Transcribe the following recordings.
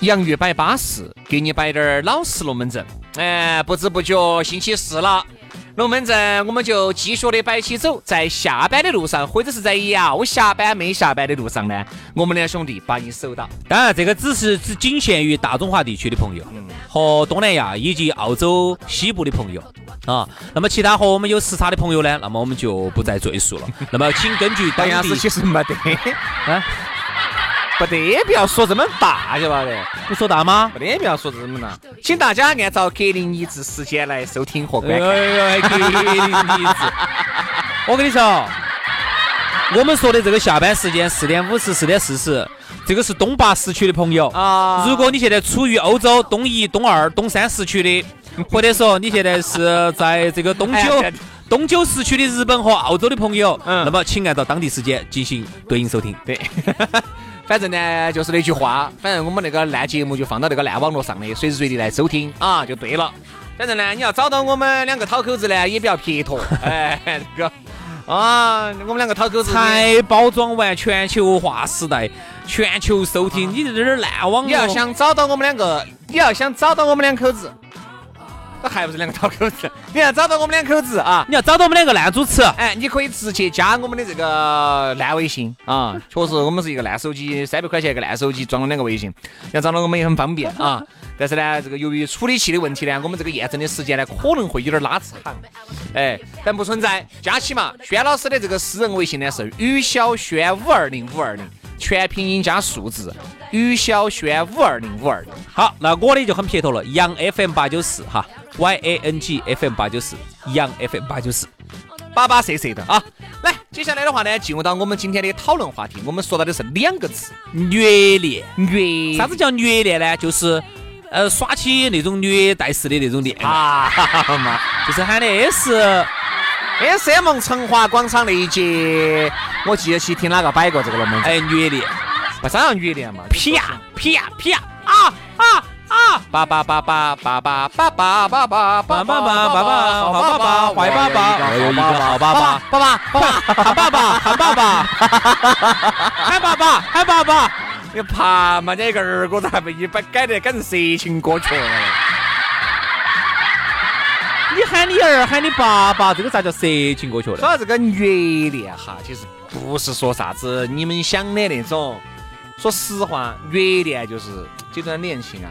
洋芋摆巴适，给你摆点儿老实龙门阵。哎，不知不觉星期四了，龙门阵我们就继续的摆起走。在下班的路上，或者是在要下班没下班的路上呢，我们两兄弟把你守到。当然，这个只是只仅限于大中华地区的朋友和东南亚以及澳洲西部的朋友啊。那么其他和我们有时差的朋友呢，那么我们就不再赘述了。那么请根据当地实没 得，啊，不得，不要说这么大，晓得吧嘞？不说大吗？没得，不要说这么大，请大家按照格林一致时间来收听和观哎看。呦，可以理解。我跟你说，我们说的这个下班时间四点五十、四点四十，这个是东八时区的朋友啊如果你现在处于欧洲东一、东二、东三时区的，或者说你现在是在这个东哎九呀、东九时区的日本和澳洲的朋友，嗯那么请按照当地时间进行对应收听。对， 反正呢就是那句话，反正我们那个烂节目就放到那个烂网络上的，随时随地来收听啊，就对了。反正呢，你要找到我们两个讨口子呢，也不要撇脱，哎，这个。啊，我们两个讨口子，才包装完全球化时代，全球收听，你在这儿烂网你要络。想找到我们两个，你要想找到我们两口子，那还不是两个讨口子？你要找到我们两口子啊，你要找到我们两个烂主持，哎，你可以直接加我们的这个烂微信啊，确实我们是一个烂手机，三百块钱一个烂手机装了两个微信，要找到我们也很方便啊。但是呢，这个由于处理器的问题呢，我们这个验证的时间呢可能会有点拉长，哎，但不存在。加起嘛，轩老师的这个私人微信呢是于小轩五二零五二零，全拼音加数字，于小轩五二零五二零。好，那我的就很撇脱了，杨 FM 八九四哈，Y A N G F M 八九四，杨 FM 八九四。巴巴涩涩的啊。来，接下来的话呢，进入到我们今天的讨论话题，我们说到的是两个字，虐恋，月啥子叫虐恋呢？就是呃耍起那种虐待式的那种恋 爱，啊嘛就是喊的 S ！S M 哎成华广场那一节，我记得起听哪个摆过这个龙门阵，哎虐恋，不张样虐恋嘛，啪啪啪啊啊啊！爸爸爸爸爸爸爸爸爸爸爸爸爸爸爸爸爸爸好好爸爸爸爸坏坏爸爸爸爸，，爸爸爸爸爸爸喊爸爸，喊爸爸喊爸爸， 你怕嘛？你一个儿歌咋被你把改得改成色情歌曲了？你喊你儿喊你爸爸，这个咋叫色情歌曲说呢？到这个虐恋哈，其实不是说啥子你们想的那种。说实话，虐恋就是这段恋情啊，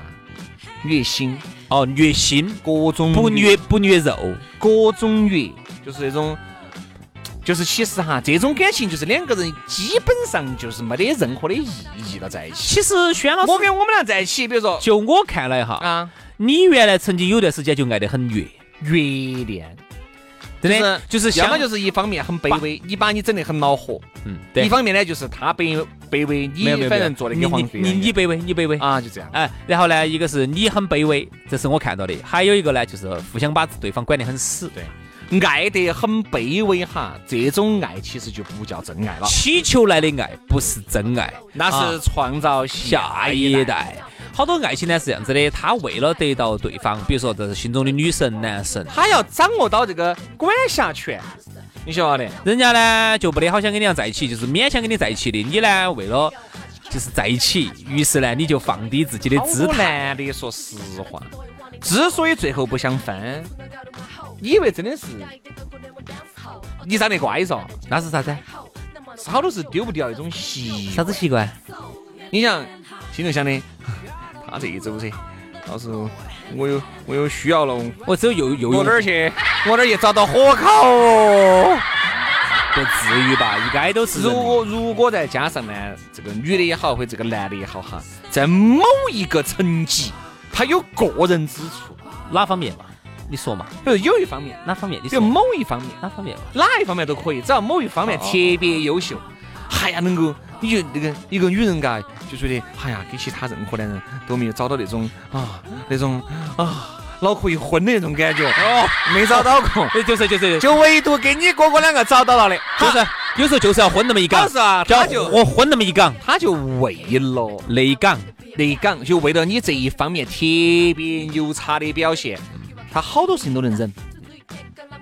虐心，哦，虐心，各种不虐不虐肉，各种虐，就是那种，就是其实哈，这种感情就是两个人基本上就是没得任何的意义了，在一起。其实轩老师我，跟我们俩在一起，比如说就我看来哈，啊，你原来曾经有段时间就爱得很虐，虐恋，真的就是要相么就是一方面很卑微，你把你整得很恼火；嗯，对一，方面呢，就是他卑卑微，你没有没有，反正做的你跟你黄飞你你卑微，你卑微。 啊，就这样。哎，然后呢，一个是你很卑微，这是我看到的；还有一个呢，就是互相把对方管得很死，呃爱得很卑微哈，这种爱其实就不叫真爱了，乞求来的爱不是真爱，那是啊创造下下一一代。代。好多爱情呢是这样子的，他为了得到对方，比如说这是心中的女神、男神，他要掌握到这个管辖权，你晓得的。人家呢就不得好想跟你俩在一起，就是勉强跟你在一起的。你呢为了就是在一起，于是呢你就放低自己的姿好多态。男的说实话，之所以最后不想分，你以为真的是你长得乖嗦，那是啥子？是好多是丢不掉一种习啥子习惯？你想，心头想的， 他这一周噻，到时候我有我有需要了，我我只有又又哪儿去？我哪儿去找到火烤哦？不至于吧？应该都是人如果如果再加上呢，这个女的也好，或者这个男的也好哈，在某一个层级，他有个人之处，哪方面嘛？你说嘛？比如有一方面，哪方面？你比如说某一方面，哪方面嘛？哪一方面都可以，只要某一方面特别优秀，哎呀，能够你就那个一个女人嘎，就觉得哎呀，跟其他任何男人都没有找到那种啊那种啊脑壳一昏的那种感觉，哦，没找到过，对，哎就是就是 就唯独跟你哥哥两个找到了的，就是，有时候就是要混那么一当岗，时啊，就要他就我混那么一岗，他就为了。内岗。内岗，就为了你这一方面特别牛叉的表现，他好多事情都能忍，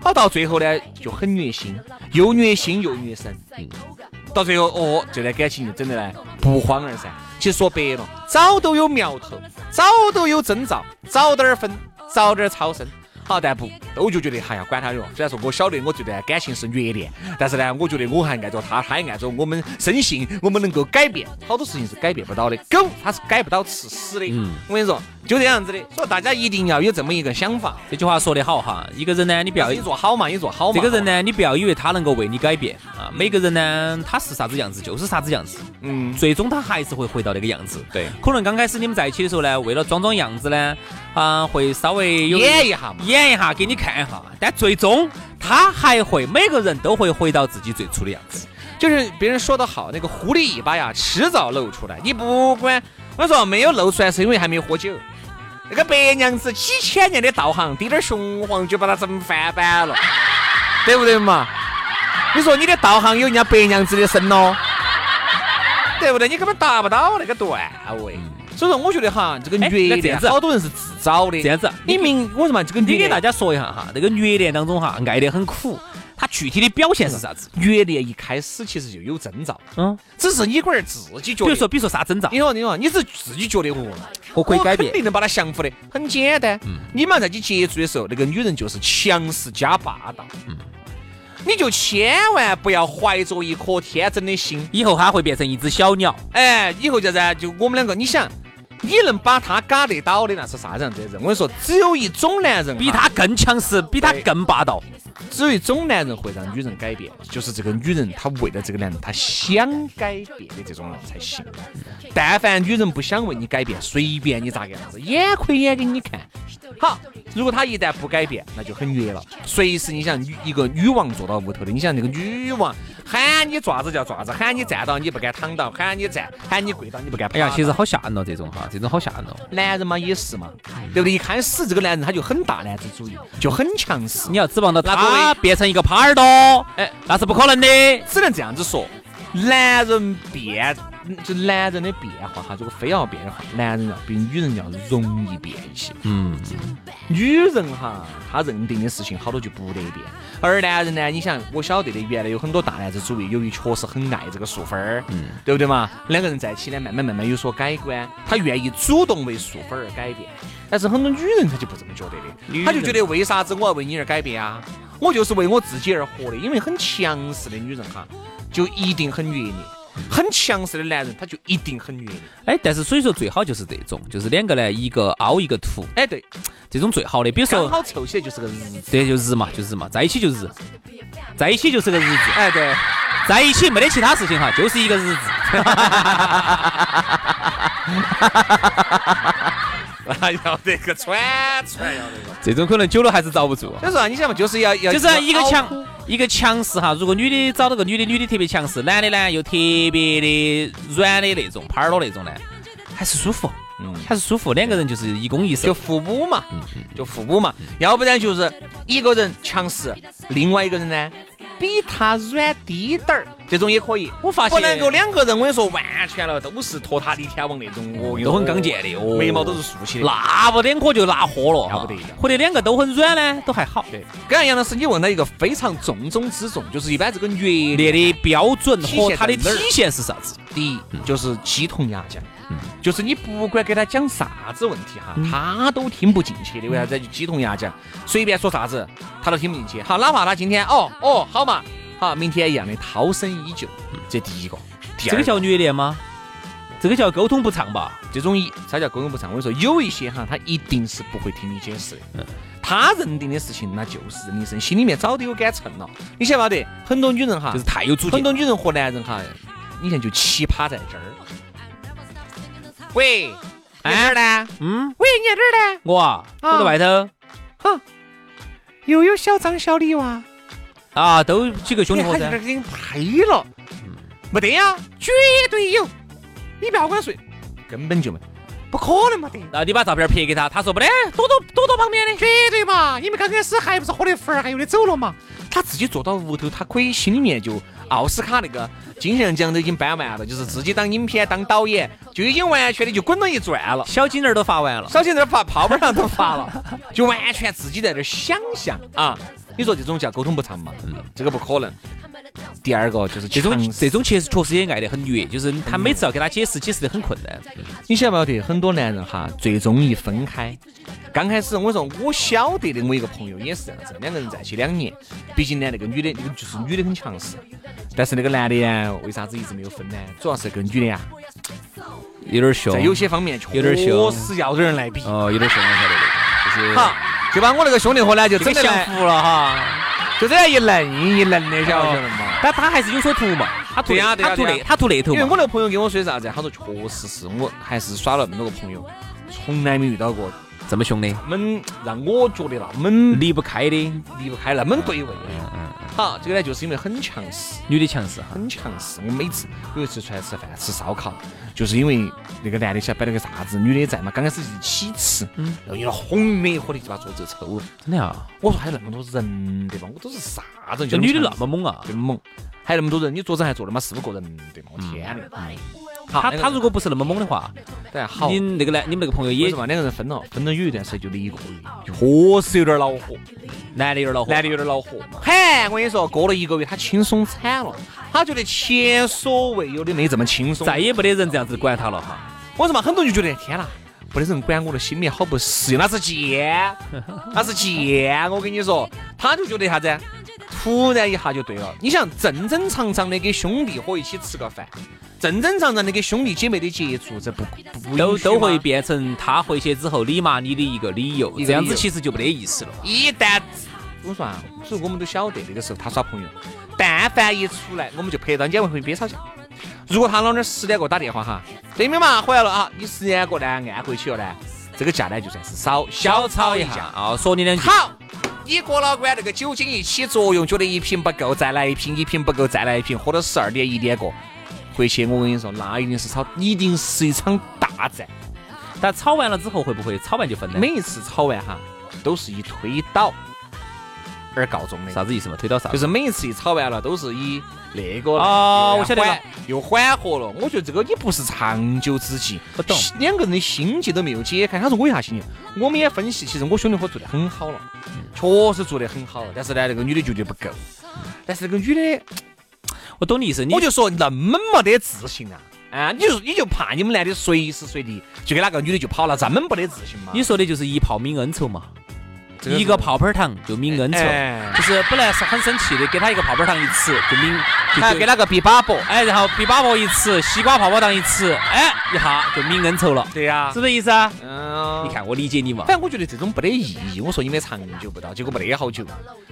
好到最后呢就很虐心，又虐心又虐身，到最后哦，这段感情就整得来不欢而散。其实说白了，早都有苗头，早都有征兆，早点儿分，早点儿超生。好，但不都就觉得，哎呀，管他哟。虽然说我晓得我这段感情是虐恋，但是呢，我觉得我还按照他，他也按照我们深信，我们能够改变，好多事情是改变不到的。狗它是改不到吃屎的。嗯我跟你说，就这样子的。所以大家一定要有这么一个想法，这句话说得好哈，一个人呢，你不要要你做好嘛，你做好嘛。这个人，呢，你不要以为他能够为你改变啊！每个人呢，他是啥子样子就是啥子样子，嗯，最终他还是会回到那个样子。对，可能刚开始你们在一起的时候呢，为了装装样子呢，啊，会稍微有演一下嘛。演一下给你看一下，但最终他还会每个人都会回到自己最初的样子。就是别人说的好，那个狐狸尾巴呀，迟早露出来。你不管，我跟你说没有露出来是因为还没喝酒。那个白娘子几千年的道行，滴点儿雄黄就把它整翻版 了，对不对嘛？你说你的道行有人家白娘子的深咯，对不对？你根本达不到那个段位。所以说，我觉得哈，这个嗯哎虐那这恋样子好多人是自找的。这样子你明我说嘛，这个你虐给大恋，家说一下哈，那个虐恋当中哈，爱得很苦，它具体的表现是啥子？虐恋一开始其实就有征兆，嗯，只是你龟儿自己觉比得如。说，比如说啥征兆你？说，你说，你是自己觉得我，我可以改变嗯肯定能把他降服的，很简单。你们在一起接触的时候，那个女人就是强势加霸道。嗯你就千万不要怀着一颗天真的心，以后他会变成一只小鸟，哎，以后就是就我们两个，你想，你能把他嘎得到的那是啥人？这人，我跟你说，只有一种男人啊，比他更强势，比他对更霸道。只有一种男人会让女人改变，就是这个女人她为了这个男人，她想改变的这种人才行。但凡女人不想为你改变，随便你咋个样子，演可以演给你看。好，如果她一旦不改变，那就很虐了。随时你想女一个女王坐到屋头的，你想那个女王喊你爪子叫爪子，喊你站到你不敢躺到，喊你站喊你跪到你不敢趴哎到。呀，其实好吓人哦，这种哈，这种好吓人哦。男人嘛也是嘛，对不对？一开始这个男人他就很大男子主义，就很强势。你要指望到那各他位变成一个耙耳朵，哎哎，那是不可能的。只能这样子说，男人变，就男人的变化哈，如果非要变的话，男人要比女人要容易变一些。嗯，女人哈，她认定的事情好多就不得变，而男人呢，你想，我晓得的，原来有很多大男子主义，由于确实很爱这个淑芬儿，嗯，对不对嘛？两个人在一起呢，慢慢慢慢有所改观，他愿意主动为淑芬儿而改变，但是很多女人她就不这么觉得的，她就觉得为啥子我要为你而改变啊？我就是为我自己而活的，因为很强势的女人哈，就一定很虐你。很强势的男人，他就一定很虐你。哎，但是所以说最好就是这种，就是两个呢，一个凹一个凸，哎，对，这种最好的。比如刚说，好凑起来就是个日子。对，就日嘛，就日嘛，在一起就日，在一起就是个日子，哎，对。在一起没得其他事情哈，就是一个日子。哎呀，这 个串串呀，这个。这种可能久了还是遭不住。所以说啊，你想嘛，就是要 要就是一个凹凸强，一个强势哈。如果女的找到个女的，女的特别强势，男的呢又特别的软的那种，耙耳朵那种呢，还是舒服，嗯还是舒服。两个人就是一攻一就守，父母嘛，就父母嘛，要不然就是一个人强势，另外一个人呢比他软低点儿，这种也可以。我发现不能够两个人，我跟你说，完全了，都是托塔李天王那种，哦哟都很刚健的哦眉毛都是竖起的。那不两个就拿豁了，那不得了或者两个都很软呢，都还好。对，刚才杨老师你问到一个非常重中之重，就是一般这个虐恋练的标准和它的体体现在哪儿现是啥子？第一就是鸡同鸭讲，就是你不管给他讲啥子问题哈，他都听不进去的。为啥子？就鸡同鸭讲，随便说啥子他都听不进去。好，哪怕他今天哦哦好嘛，嗯好，明天一样的涛声依旧，这第一个。第这二个叫虐恋吗？这个叫沟通不畅吧？这种一啥叫沟通不畅？我跟你说，有一些哈，他一定是不会听你解释的。他认定的事情，那就是认定事，心里面早都有杆秤了。你晓不晓得？很多女人哈就，是太有主见很。多女人和男人哈，你看就奇葩在这儿。喂，你在哪儿呢？哎嗯，喂，你在哪儿呢？我啊，我在外头又有小张小李哎哇，啊，都几个兄弟你伙还在这嗯噻儿。给你拍了？没得呀，绝对有。你不要管睡，根本就没，不可能没得。然后啊你把照片拍给他，他说不得，躲躲躲躲旁边的。绝对嘛！你们刚开始还不是喝得粉儿，还有的走了嘛？他自己坐到屋头，他可以心里面就奥斯卡那个金像奖都已经颁完了，就是自己当影片当导演就已经完全的就滚了一转了。小金人都发完了，小姐在那儿发泡泡上都发了，就完全自己在那儿想象啊！你说这种叫沟通不畅嘛？嗯，这个不可能。第二个就是这种强势这种其实确实也爱得很绝，就是他每次要给他解释，解释得很困难。你晓不晓得，很多男人哈，最终一分开，刚开始我说我晓得的，我一个朋友也是这样子，两个人在一起两年，毕竟呢，那个女的，那个就是女的很强势，但是那个男的呢，为啥子一直没有分呢？主要是跟女的呀，有点凶在哦有些方面确有点凶实要有人来比，哦，有点凶，我晓得的，就是好，就把我那个兄弟伙呢就就给整得降来，服了哈。就这样一愣一愣的，晓得嘛？但他还是有所图嘛，他图对呀对呀他图对那呀他图那头因为我嘛。那个朋友跟我说啥子，他说确实是我还是耍了那么多个朋友，从来没遇到过这么凶的，那么让我觉得那么离不开的，离不开那么对位。嗯好，这个呢，就是因为很强势，女的强势哈。很强势。我每次有一次出来吃饭吃烧烤，就是因为那个男的想摆了个啥子，女的也在嘛，刚开始一起吃，嗯然后一红脸火的就把桌子抽了。真的啊，我说还有那么多人对吧？我都是啥人？这就女的么那强势么猛啊！就猛，还有那么多人，你桌子还坐了嘛四五个人对吗？我天哪！好她那个嗯她如果不是那么猛的话，当然好你。那个男你们那个朋友为也什么两个人分了？分了有一段时间就离过了，确实有点恼火。男的有点恼火，男的有点恼火。嘿，我跟你说，过了一个月，他轻松惨了，他觉得前所未有的没这么轻松。再也没得人这样子管他了哈。我说嘛，很多人就觉得天哪，没得人管我的，心里面好不适应。那是贱， 那是贱。我跟你说，他就觉得啥子？突然一下就对了。你想正正常常的给兄弟伙一起吃个饭，正正常常的给兄弟姐妹的接触，这不不不都允许吗都会变成他回去之后你骂你的一个理由，理由这样子其实就没得意思了。一旦我说啊，所以我们都晓得那个时候他耍朋友，但凡一出来，我们就拍到两万块憋吵架。如果他老娘十点过打电话哈，对面嘛回来了啊，你十点过呢按回去了呢，这个架呢就算是少小小吵吵一一下下。啊，说你两句。好，你郭老倌那个酒精一起作用，觉得一瓶不够，再来一瓶，一瓶不够，再来一瓶，喝到十二点一点过，回去我跟你说，那一定是吵，一定是一场大战。但吵完了之后会不会吵完就分呢？每一次吵完哈，都是以推倒而告终的。啥子意思嘛，推到啥就子？是每一次一吵完了，都是以那个啊又我晓得了缓，又缓和了。我觉得这个也不是长久之计，不懂心两个人的心结都没有解开。他说我有啥心结？我们也分析，其实我兄弟伙做得很好了，确实做得很好了。但是呢，那个女的觉得不够，但是那个女的，我懂你意思，你我就说那么没得自信啊。啊，你就你就怕你们男的随时随地就跟那个女的就跑了，这么没得自信吗？你说的就是一炮泯恩仇嘛，这一是个泡泡儿糖就泯恩仇，哎就是本来是很生气的，给他一个泡泡儿糖一吃就泯，就还要就跟那个比把伯，哎，然后比巴婆一吃，西瓜泡泡糖一吃，哎，一下就泯恩仇了，对呀、是不是意思啊？嗯，你看我理解你嘛反，正我觉得这种没得意义，我说你们也长久不到，结果没得好久，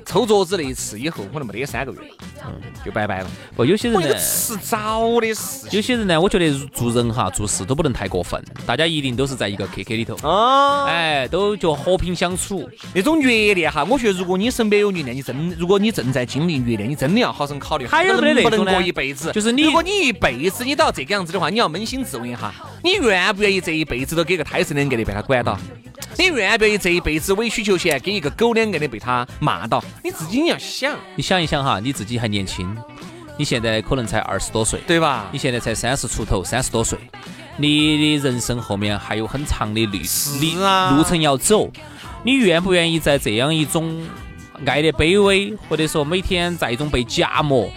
抽桌子那一次以后，可能没得三个月，嗯就拜拜了。不，有些人我一呢个，迟早的嗯事有情些人呢，我觉得做人哈，做事都不能太过分，大家一定都是在一个 KK 里头，啊！哎，都就和平相处，那种虐恋哈，我觉得如果你身边有虐恋，你真如果你正在经历虐恋，你真的要好生考虑，还有能没得那不种能呢过一辈子？就是你如果你一辈子你都要这个样子的话，你要扪心自问一下，你愿不愿意这一辈子都给个胎神两个的被他管到？你愿不愿意这一辈子委曲求全，给一个狗两个的被他骂到？你自己你要想，你想一想哈，你自己还年轻，你现在可能才二十多岁，对吧你？现在才三十出头，三十多岁，你的人生后面还有很长的路是啊路程要走，你愿不愿意在这样一种爱的卑微，或者说每天在一种被夹磨，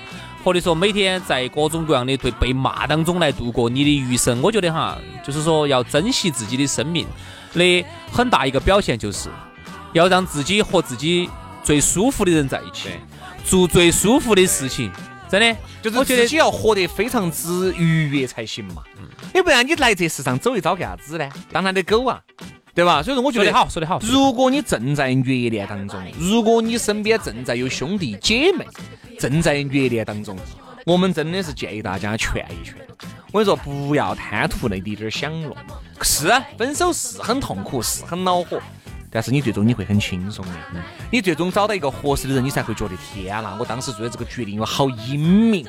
或者说每天在各种各样的被被骂当中来度过你的余生？我觉得哈，就是说要珍惜自己的生命的很大一个表现，就是要让自己和自己最舒服的人在一起，做最舒服的事情。真的，就是我觉得嗯自己要活得非常之愉悦才行嘛，要不然你来这世上走一遭干啥子呢？当他的狗啊，对吧？所以说，我觉说得得好，说得好。如果你正在虐恋当中，如果你身边正在有兄弟姐妹正在虐恋当中，我们真的是建议大家劝一劝。我跟你说，不要贪图那滴点儿享乐。是，啊分手是很痛苦，是很恼火，但是你最终你会很轻松的。嗯你最终找到一个合适的人，你才会觉得天啊呐，我当时做的这个决定有好英明，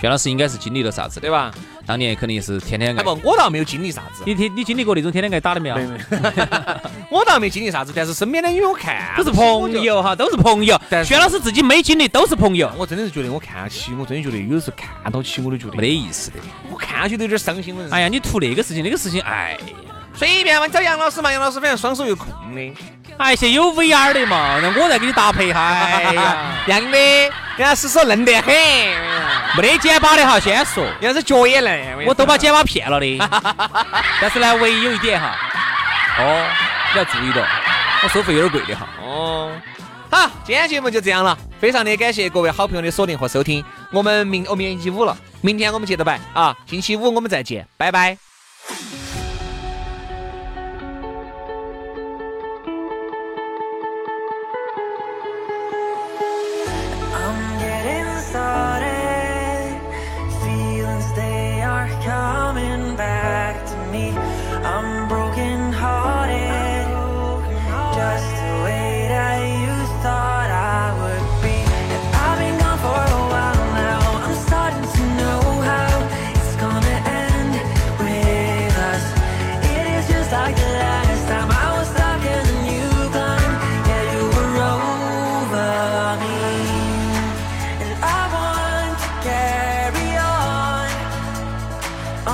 薛老师应该是经历了啥子的对？吧？当年肯定是天天挨哎不。，我倒没有经历啥子，你天你经历过那种天天挨打的没有？我倒没经历啥子，但是身边的，因为我看都是朋，友哈，都是朋友但。是薛老师自己没经历，都是朋友，我真的是觉得我看起，我真的觉得有时候看到起我都觉得没得意思的。我看起都有点伤心。我哎呀，呀，你图那个事情，那个事情，哎呀，随便嘛，你找杨老师嘛，杨老师反正双手有空的。哎，现在有 VR 的嘛，那我再给你搭配哈。哎 呀，样的，杨老师手嫩得很，没得肩膀的哈，先说，杨老师脚也嫩。我都把肩膀骗了的。但是呢，唯一有一点哈，哦，你要注意到，我收费有点贵的哈。哦，好，今天节目就这样了，非常的感谢各位好朋友的锁定和收听。我们明哦，明天星期五了，明天我们接着摆啊，星期五我们再见，拜拜。 I'm getting started. Feelings they are coming back to me. I'm broken hearted. Just the way that you thought I would be. And I've been gone for a while now. I'm starting to know how it's gonna end with us. It is just like the last time I was stuck in a new climb. Yeah, you were over me. And I want to carry on,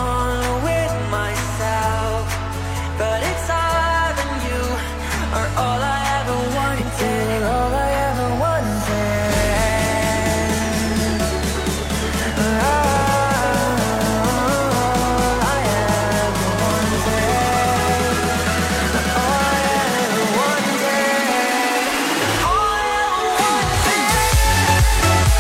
on with myself. But it's hard when you are all I ever wanted, all I ever wanted. All I ever wanted, all I ever wanted, all I ever wanted.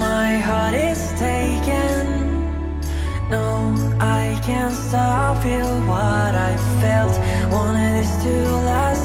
My heart is taken. No, I can't stop feel what I felt. Wanted this to last